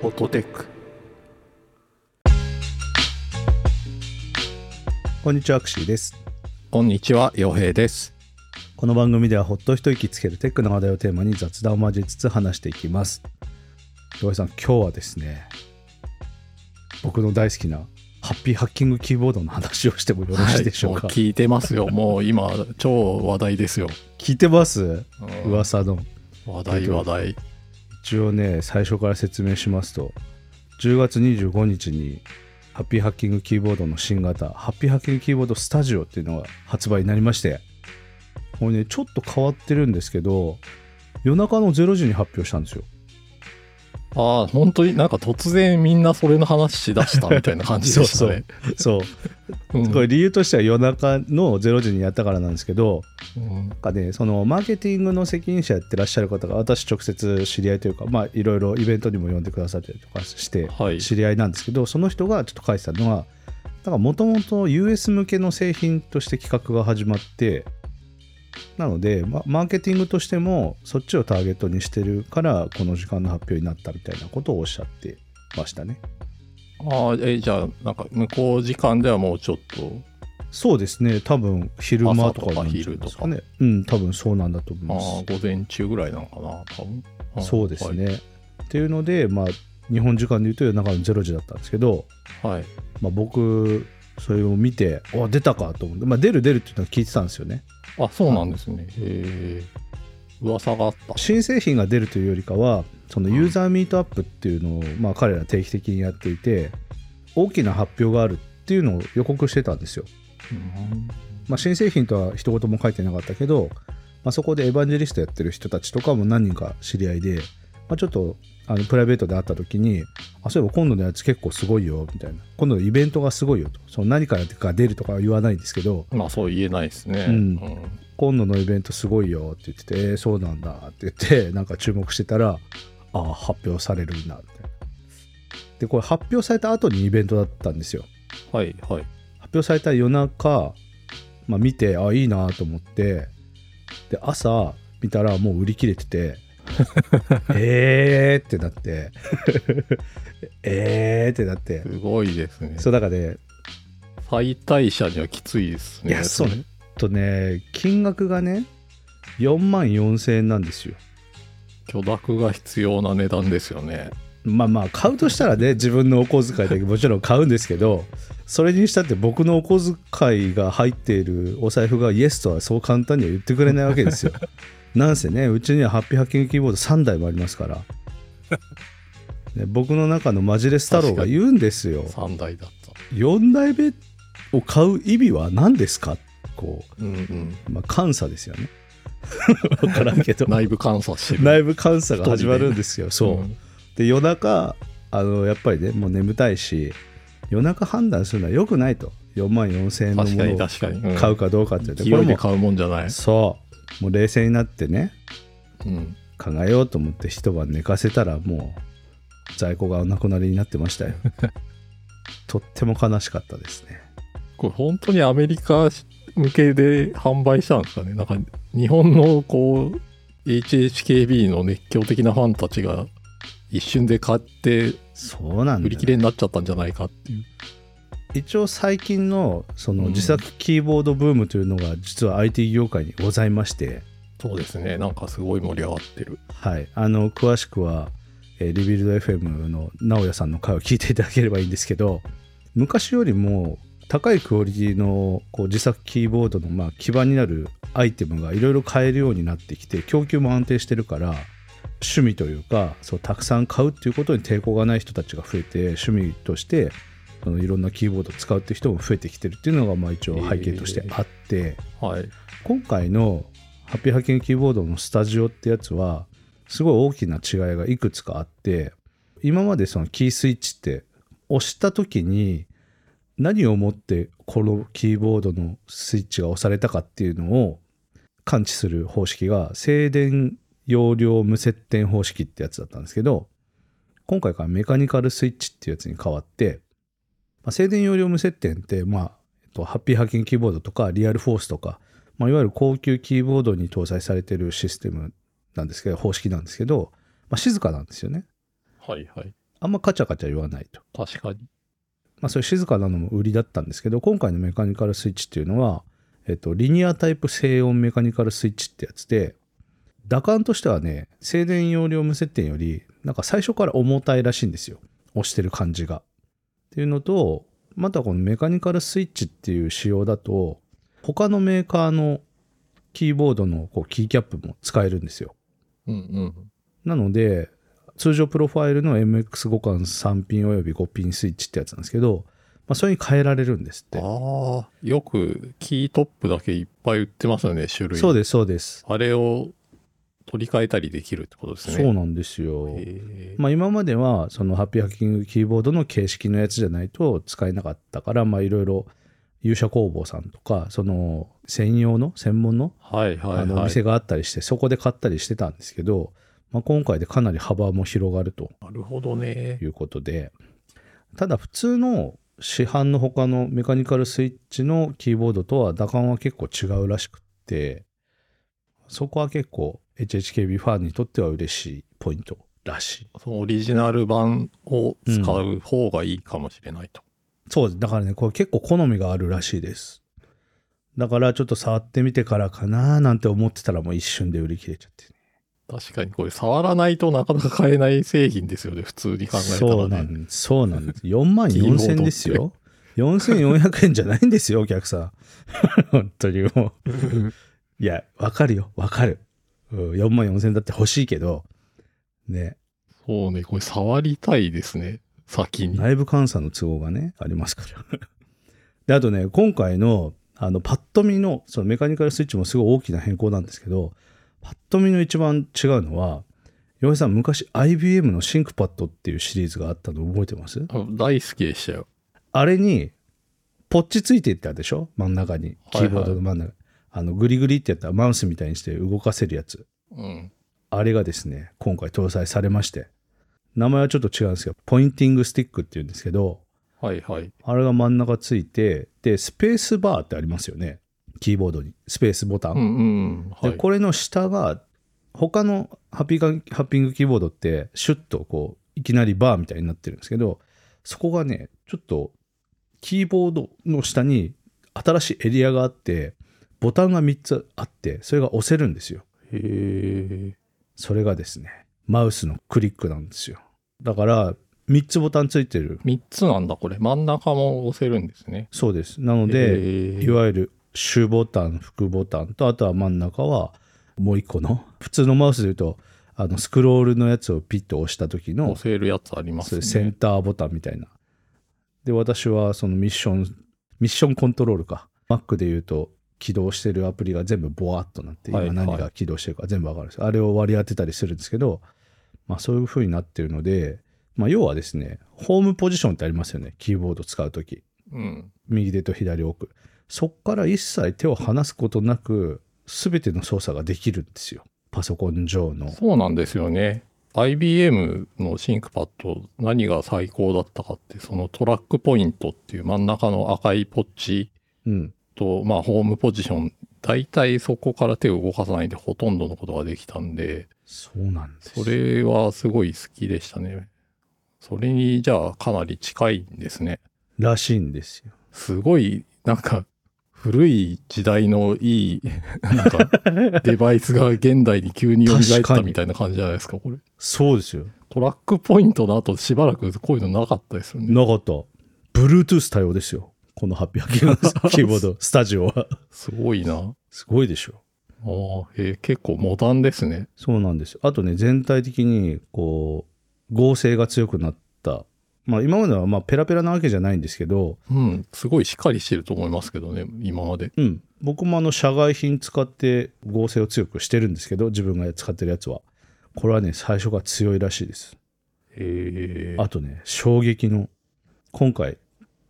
フォトテックこんにちはアクシーですこんにちは洋平ですこの番組ではほっと一息つけるテックの話題をテーマに雑談を交えつつ話していきます土井さん今日はですね僕の大好きなハッピーハッキングキーボードの話をしてもよろしいでしょうはか、いも聞いてます よもう今超話題ですよ、聞いてますうん噂の話題話題一応ね最初から説明しますと10月25日にハッピーハッキングキーボードの新型ハッピーハッキングキーボードスタジオっていうのが発売になりましてこれねちょっと変わってるんですけど夜中の0時に発表したんですよああ本当になんか突然みんなそれの話しだしたみたいな感じでしたね そううこれ理由としては夜中の0時にやったからなんですけどんなんかねそのマーケティングの責任者やってらっしゃる方が私直接知り合いというかまあいろいろイベントにも呼んでくださったりとかしてはい知り合いなんですけど、その人がちょっと書いてたのはなんかもともと US 向けの製品として企画が始まってなので、まマーケティングとしてもそっちをターゲットにしてるからこの時間の発表になったみたいなことをおっしゃってましたねああえじゃあなんか向こう時間ではもうちょっとそうですね多分昼間とかなんじゃない朝でとすかかねうん多分そうなんだと思いああます午前中ぐらいなのかな多分んそうですね、っていうのでまあ日本時間で言うと夜中の0時だったんですけど、はい、はいまあ、僕それを見てあ出たかと思って、まあ、出る出るっていうのは聞いてたんですよねあそうなんですねへえ噂があった新製品が出るというよりかはそのユーザーミートアップっていうのを、まあ、彼ら定期的にやっていて大きな発表があるっていうのを予告してたんですよ、うんまあ、新製品とは一言も書いてなかったけど、まあ、そこでエヴァンジェリストやってる人たちとかも何人か知り合いで、まあ、ちょっとあのプライベートで会った時にあそういえば今度のやつ結構すごいよみたいな今度のイベントがすごいよとその何からか出るとかは言わないんですけどまあそう言えないですね。うん今度のイベントすごいよって言ってて、えーそうなんだって言って、 なんか注目してたら、ああ、発表されるんだって。で、これ発表された後にイベントだったんですよ。はいはい。発表された夜中、まあ、見て、あいいなと思って、で、朝見たらもう売り切れてて、 えーってなって、 えーってなって、すごいですね。そう、だからね、最大者にはきついですね。いやそうねとね、金額がね、4万4000円なんですよ。許諾が必要な値段ですよね。まあまあ買うとしたらね自分のお小遣いだけもちろん買うんですけどそれにしたって僕のお小遣いが入っているお財布がイエスとはそう簡単には言ってくれないわけ ですよなんせねうちにはハッピーハッキングキーボード3台もありますから、ね、僕の中のマジレス太郎が言うんですよ3台だった。 4台目を買う意味は何ですかこうんうん。う、まあ、監査です よね分からんけど内部監査してる。内部監査が始まるんですよそう、んで夜中あのやっぱりねもう眠たいし夜中判断するのは良くないと4万4000円の確かにも確かに。のうんを買うかどうかって言って、勢これいでも買うもんじゃない。そうもう冷静になってねうん。考えようと思って一晩寝かせたらもう在庫がお亡くなりになって ましたよとっても悲しかったですねこれ本当にアメリカ向けで販売したんですかね。なんか日本のこう、HHKB の熱狂的なファンたちが一瞬で買ってそうなんだ、売り切れになっちゃったんじゃないかっていう。一応最近のそのうん自作キーボードブームというのが実は IT 業界にございまして、そうですね。なんかすごい盛り上がってる。はい、あの詳しくは、えーリビルド FM の直哉さんの回を聞いていただければいいんですけど 昔よりも高いクオリティのこう自作キーボードの、まあ、基盤になるアイテムがいろいろ買えるようになってきて供給も安定してるから趣味というかそうたくさん買うっていうことに抵抗がない人たちが増えて趣味としてそのいろんなキーボードを使うっていう人も増えてきてるっていうのがまあ一応背景としてあって。はい。今回のハッピーハッキングキーボードのスタジオってやつはすごい大きな違いがいくつかあって今までそのキースイッチって押した時に何をもってこのキーボードのスイッチが押されたかっていうのを感知する方式が静電容量無接点方式ってやつだったんですけど今回からメカニカルスイッチっていうやつに変わって、まあ、静電容量無接点って、まあえっと、ハッピーハッキングキーボードとかリアルフォースとかまあ、いわゆる高級キーボードに搭載されてるシステムなんですけど方式なんですけど、まあ、静かなんですよねはいはい。あんまカチャカチャ言わないと。確かに。まあ、そういう静かなのも売りだったんですけど今回のメカニカルスイッチっていうのは、えっと、リニアタイプ静音メカニカルスイッチってやつで打感としてはね静電容量無接点よりなんか最初から重たいらしいんですよ押してる感じが。っていうのとまたこのメカニカルスイッチっていう仕様だと他のメーカーのキーボードのこうキーキャップも使えるんですよ。うんうん。なので、通常プロファイルの MX5 巻3ピンおよび5ピンスイッチってやつなんですけど、まあ、それに変えられるんですって。ああ、よくキートップだけいっぱい売ってますよね、種類。そうです、そうです。あれを取り替えたりできるってことですね。そうなんですよ。へーまあ、今までは、そのハッピーハッキングキーボードの形式のやつじゃないと使えなかったから、まあ、いろいろ勇者工房さんとか、その専用の、専門のはいはいはい。あのお店があったりして、そこで買ったりしてたんですけど、まあ、今回でかなり幅も広がるとなるほどねと。いうことでただ普通の市販の他のメカニカルスイッチのキーボードとは打感は結構違うらしくってそこは結構 HHKB ファンにとっては嬉しいポイントらしいそのオリジナル版を使う方がいいかもしれないと。そうですだからねこれ結構好みがあるらしいですだからちょっと触ってみてからかななんて思ってたらもう一瞬で売り切れちゃって、ね、確かにこれ触らないとなかなか買えない製品ですよね、普通に考えたそうならね。んですそうなんです4万4000円ですよ4400円じゃないんです よお客さん 本当にもういや、わかるよ、わかる。うん、4万4000だって欲しいけど、ね、そうね、これ触りたいですね、先に。内部監査の都合がね、ありますから。で、あとね、今回の、あの、パッと見の、そのメカニカルスイッチもすごい大きな変更なんですけど、パッと見の一番違うのは、洋平さん、昔 IBM のシンクパッドっていうシリーズがあったの覚えてますあ大好きでしたよ。あれに、ポッチついていったでしょ真ん中に。キーボードの真ん中。あの、グリグリってやったらマウスみたいにして動かせるやつ。うん。あれがですね、今回搭載されまして、名前はちょっと違うんですけど、ポインティングスティックっていうんですけど、はいはい。あれが真ん中ついて、で、スペースバーってありますよね。キーボードに。スペースボタン。うんうん。はで、い。これの下が、他のハッピーカハッピングキーボードって、シュッとこう、いきなりバーみたいになってるんですけど、そこがね、ちょっと、キーボードの下に新しいエリアがあって、ボタンが3つあって、それが押せるんですよ。へえ。それがですね、マウスのクリックなんですよ。だから、3つボタンついてる。 3つなんだ、これ。真ん中も押せるんですね。そうです。なので、へいーわゆる主ボタン、副ボタンと、あとは真ん中はもう1個の、普通のマウスで言うと、あのスクロールのやつをピッと押した時の押、せるやつありまそすういうね。センターボタンみたいな。で、私はそのミッション、ミッションコントロールか。Mac で言うと、起動してるアプリが全部ボワッとなって、はい今何はが起動してるか全部わかるんですよ。あれを割り当てたりするんですけど、まあそういう風になってるので、まあ要はですね、ホームポジションってありますよね、キーボード使うとき。うん。右手と左奥。そこから一切手を離すことなく、すべての操作ができるんですよ。パソコン上の。そうなんですよね。IBM のシンクパッド何が最高だったかってそのトラックポイントっていう真ん中の赤いポッチうん。と、まあ、ホームポジション大体そこから手を動かさないでほとんどのことができたんでそうなんです。それはすごい好きでしたね。それにじゃあかなり近いんですね。らしいんですよ。すごいなんか古い時代のいい なんかデバイスが現代に急に蘇っ確かたにみたいな感じじゃないですかこれ。そうですよ。トラックポイントの後しばらくこういうのなかったですよね。なかった。Bluetooth 対応ですよ。このハッピーハッキングキーボード、スタジオは。すごいな。あすごいでしょ。あ、えー結構モダンですね。そうなんですよ。あとね、全体的に、こう、合成が強くなった。まあ、今までは、まあ、ペラペラなわけじゃないんですけど、うん、すごいしっかりしてると思いますけどね、今まで。うん。僕もあの、社外品使って合成を強くしてるんですけど、自分が使ってるやつは。これはね、最初が強いらしいです。えあとね、衝撃の、今回、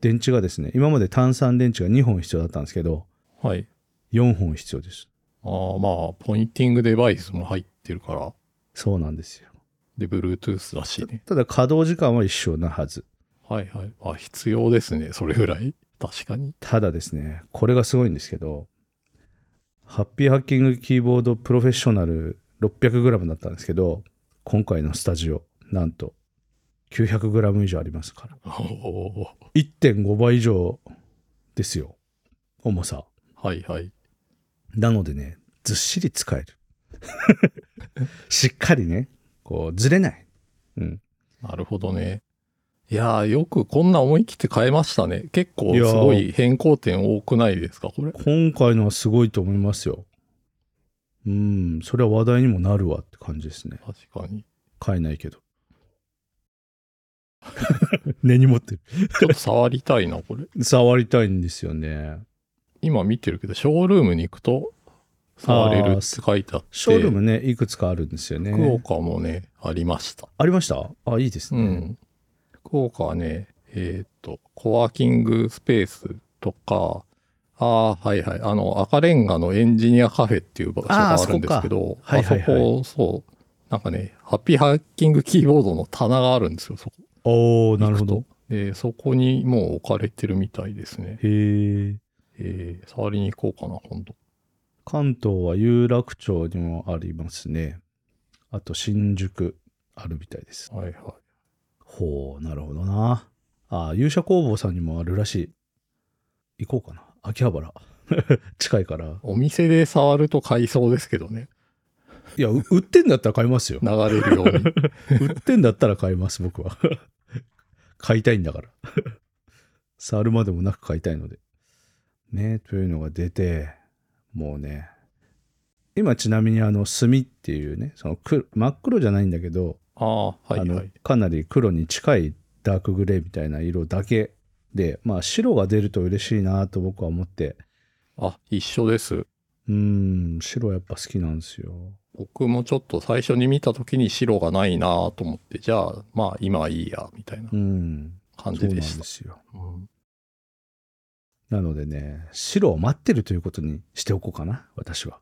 電池がですね、今まで炭酸電池が2本必要だったんですけど、はい。 4本必要です。ああ、まあ、ポインティングデバイスも入ってるから、そうなんですよ。で、Bluetooth だしね。ただ稼働時間は一緒なはず。はいはい。あ、必要ですね、それぐらい。確かに。 ただですね、これがすごいんですけど、ハッピーハッキングキーボードプロフェッショナル 600g だったんですけど、今回のスタジオ、なんと 900g 以上ありますからおお1.5倍以上ですよ重さはいはい。なのでねずっしり使える しっかりねこうずれない、うん、なるほどね。いやー、よくこんな思い切って変えましたね。結構すごいい変更点多くないですか、これ。今回のはすごいと思いますようんそれは話題にもなるわって感じですね確かに。買えないけど 根に持ってるちょっと触りたいな、これ。触りたいんですよね今見てるけど、ショールームに行くと、触れるって書いてあって、ショールームねいくつかあるんですよ福ね岡もね、ありました。ありましたあいいですうね、ん。福岡はね、えーっと、コワーキングスペースとか、ああー、はいはい。あの、赤レンガのエンジニアカフェっていう場所があーあるんですけど、そこかはいあはそいはいこ、そう、なんかね、ハッピーハッキングキーボードの棚があるんですよ、そこ。おおなるほどで、そこにもう置かれてるみたいですね。へええー、触りに行こうかな、今度。関東は有楽町にもありますねあと新宿あるみたいですはいはい。ほうなるほどなあ勇者工房さんにもあるらしい行こうかな秋葉原 近いからお店で触ると買いそうですけどね。いやう売ってんだったら買いますよ流れるよう に。売ってんだったら買います僕は 買いたいんだから触るまでもなく買いたいのでねというのが出てもうね今ちなみにあの墨っていうねその黒真っ黒じゃないんだけど、ああ、はいあはのい。かなり黒に近いダークグレーみたいな色だけでまあ白が出ると嬉しいなと僕は思ってあ、一緒です。うーん白やっぱ好きなんですよ僕もちょっと最初に見た時に白がないなぁと思ってじゃあまあ今はいいやみたいなうん感そうじなんででしたすようんなのでね、白を待ってるということにしておこうかな、私は。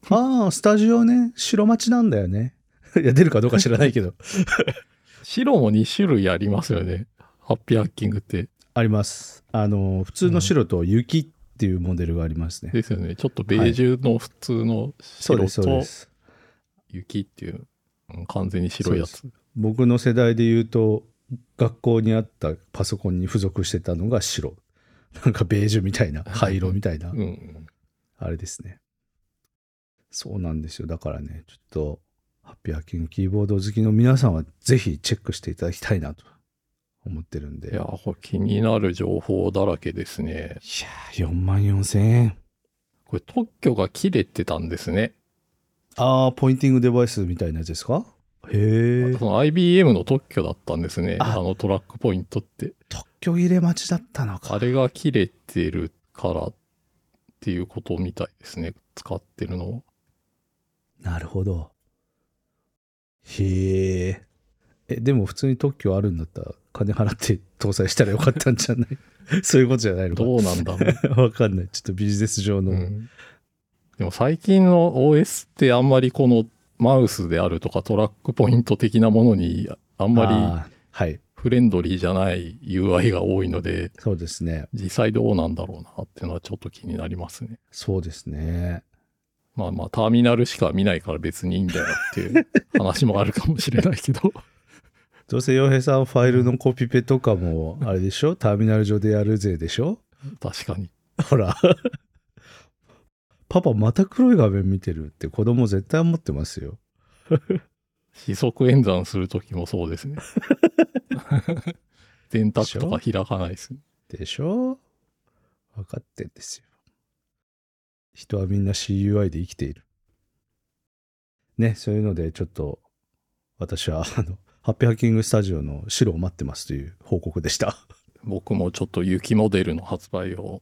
ああ、スタジオね、白待ちなんだよね。 いや、出るかどうか知らないけど。 白も2種類ありますよねハッピーハッキングってあります。あの、普通の白と雪っていうモデルがありますね。ですよねちょっとベージュの普通のそう白です、そうでとす。雪っていう、うん完全に白いやつそ僕の世代で言うと、学校にあったパソコンに付属してたのが白。なんかベージュみたいな、灰色みたいなう。んあれですね。そうなんですよ。だからね、ちょっと、ハッピーハッキングキーボード好きの皆さんは、ぜひチェックしていただきたいなと思ってるんで。いやーこれ気になる情報だらけですねいや4万4千円。これ特許が切れてたんですね、ああ、ポインティングデバイスみたいなやつですかへえそ。の IBM の特許だったんですねああのトラックポイントって特許切れ待ちだったのあか。れが切れてるからっていうことみたいですね。使ってるのは。なるほど。へえ。え、でも普通に特許あるんだったら、金払って搭載したらよかったんじゃない そういうことじゃないのか。どうなんだろわかんない。ちょっとビジネス上 う。の。うんでも最近の OS ってあんまりこのマウスであるとかトラックポイント的なものにあんまりあーはい。フレンドリーじゃない UI が多いのでそうですね。実際どうなんだろうなっていうのはちょっと気になりますね。そうですね。まあまあターミナルしか見ないから別にいいんだよっていう話もあるかもしれないけ ど。どうせ洋平さんファイルのコピペとかも、あれでしょターミナル上でやるぜでしょ確かに。ほら。パパまた黒い画面見てるって子供絶対思ってますよ。四則演算するときもそうですね。電卓とか開かないですね。でしょ分かってんですよ。人はみんな CUI で生きている。ね、そういうのでちょっと私はあの、ハッピーハッキングスタジオの白を待ってますという報告でした。僕もちょっと雪モデルの発売を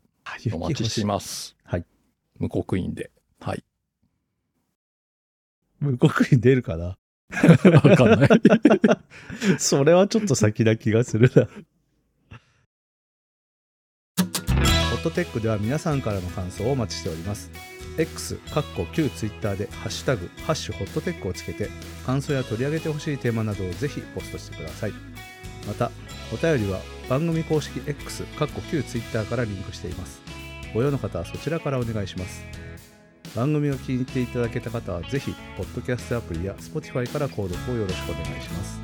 お待ちしています。はい。無刻印で。はい。無刻印出るかなわかんない。 それはちょっと先な気がするな。ホットテックでは皆さんからの感想をお待ちしております。X、かっこ旧 Twitter で、ハッシュタグ、ハッシュホットテックをつけて、感想や取り上げてほしいテーマなどをぜひポストしてください。また、お便りは番組公式 X、かっこ旧 Twitter からリンクしています。ご用の方はそちらからお願いします。番組を気に入っていただけた方は、ぜひ、ポッドキャストアプリや Spotify から購読をよろしくお願いします。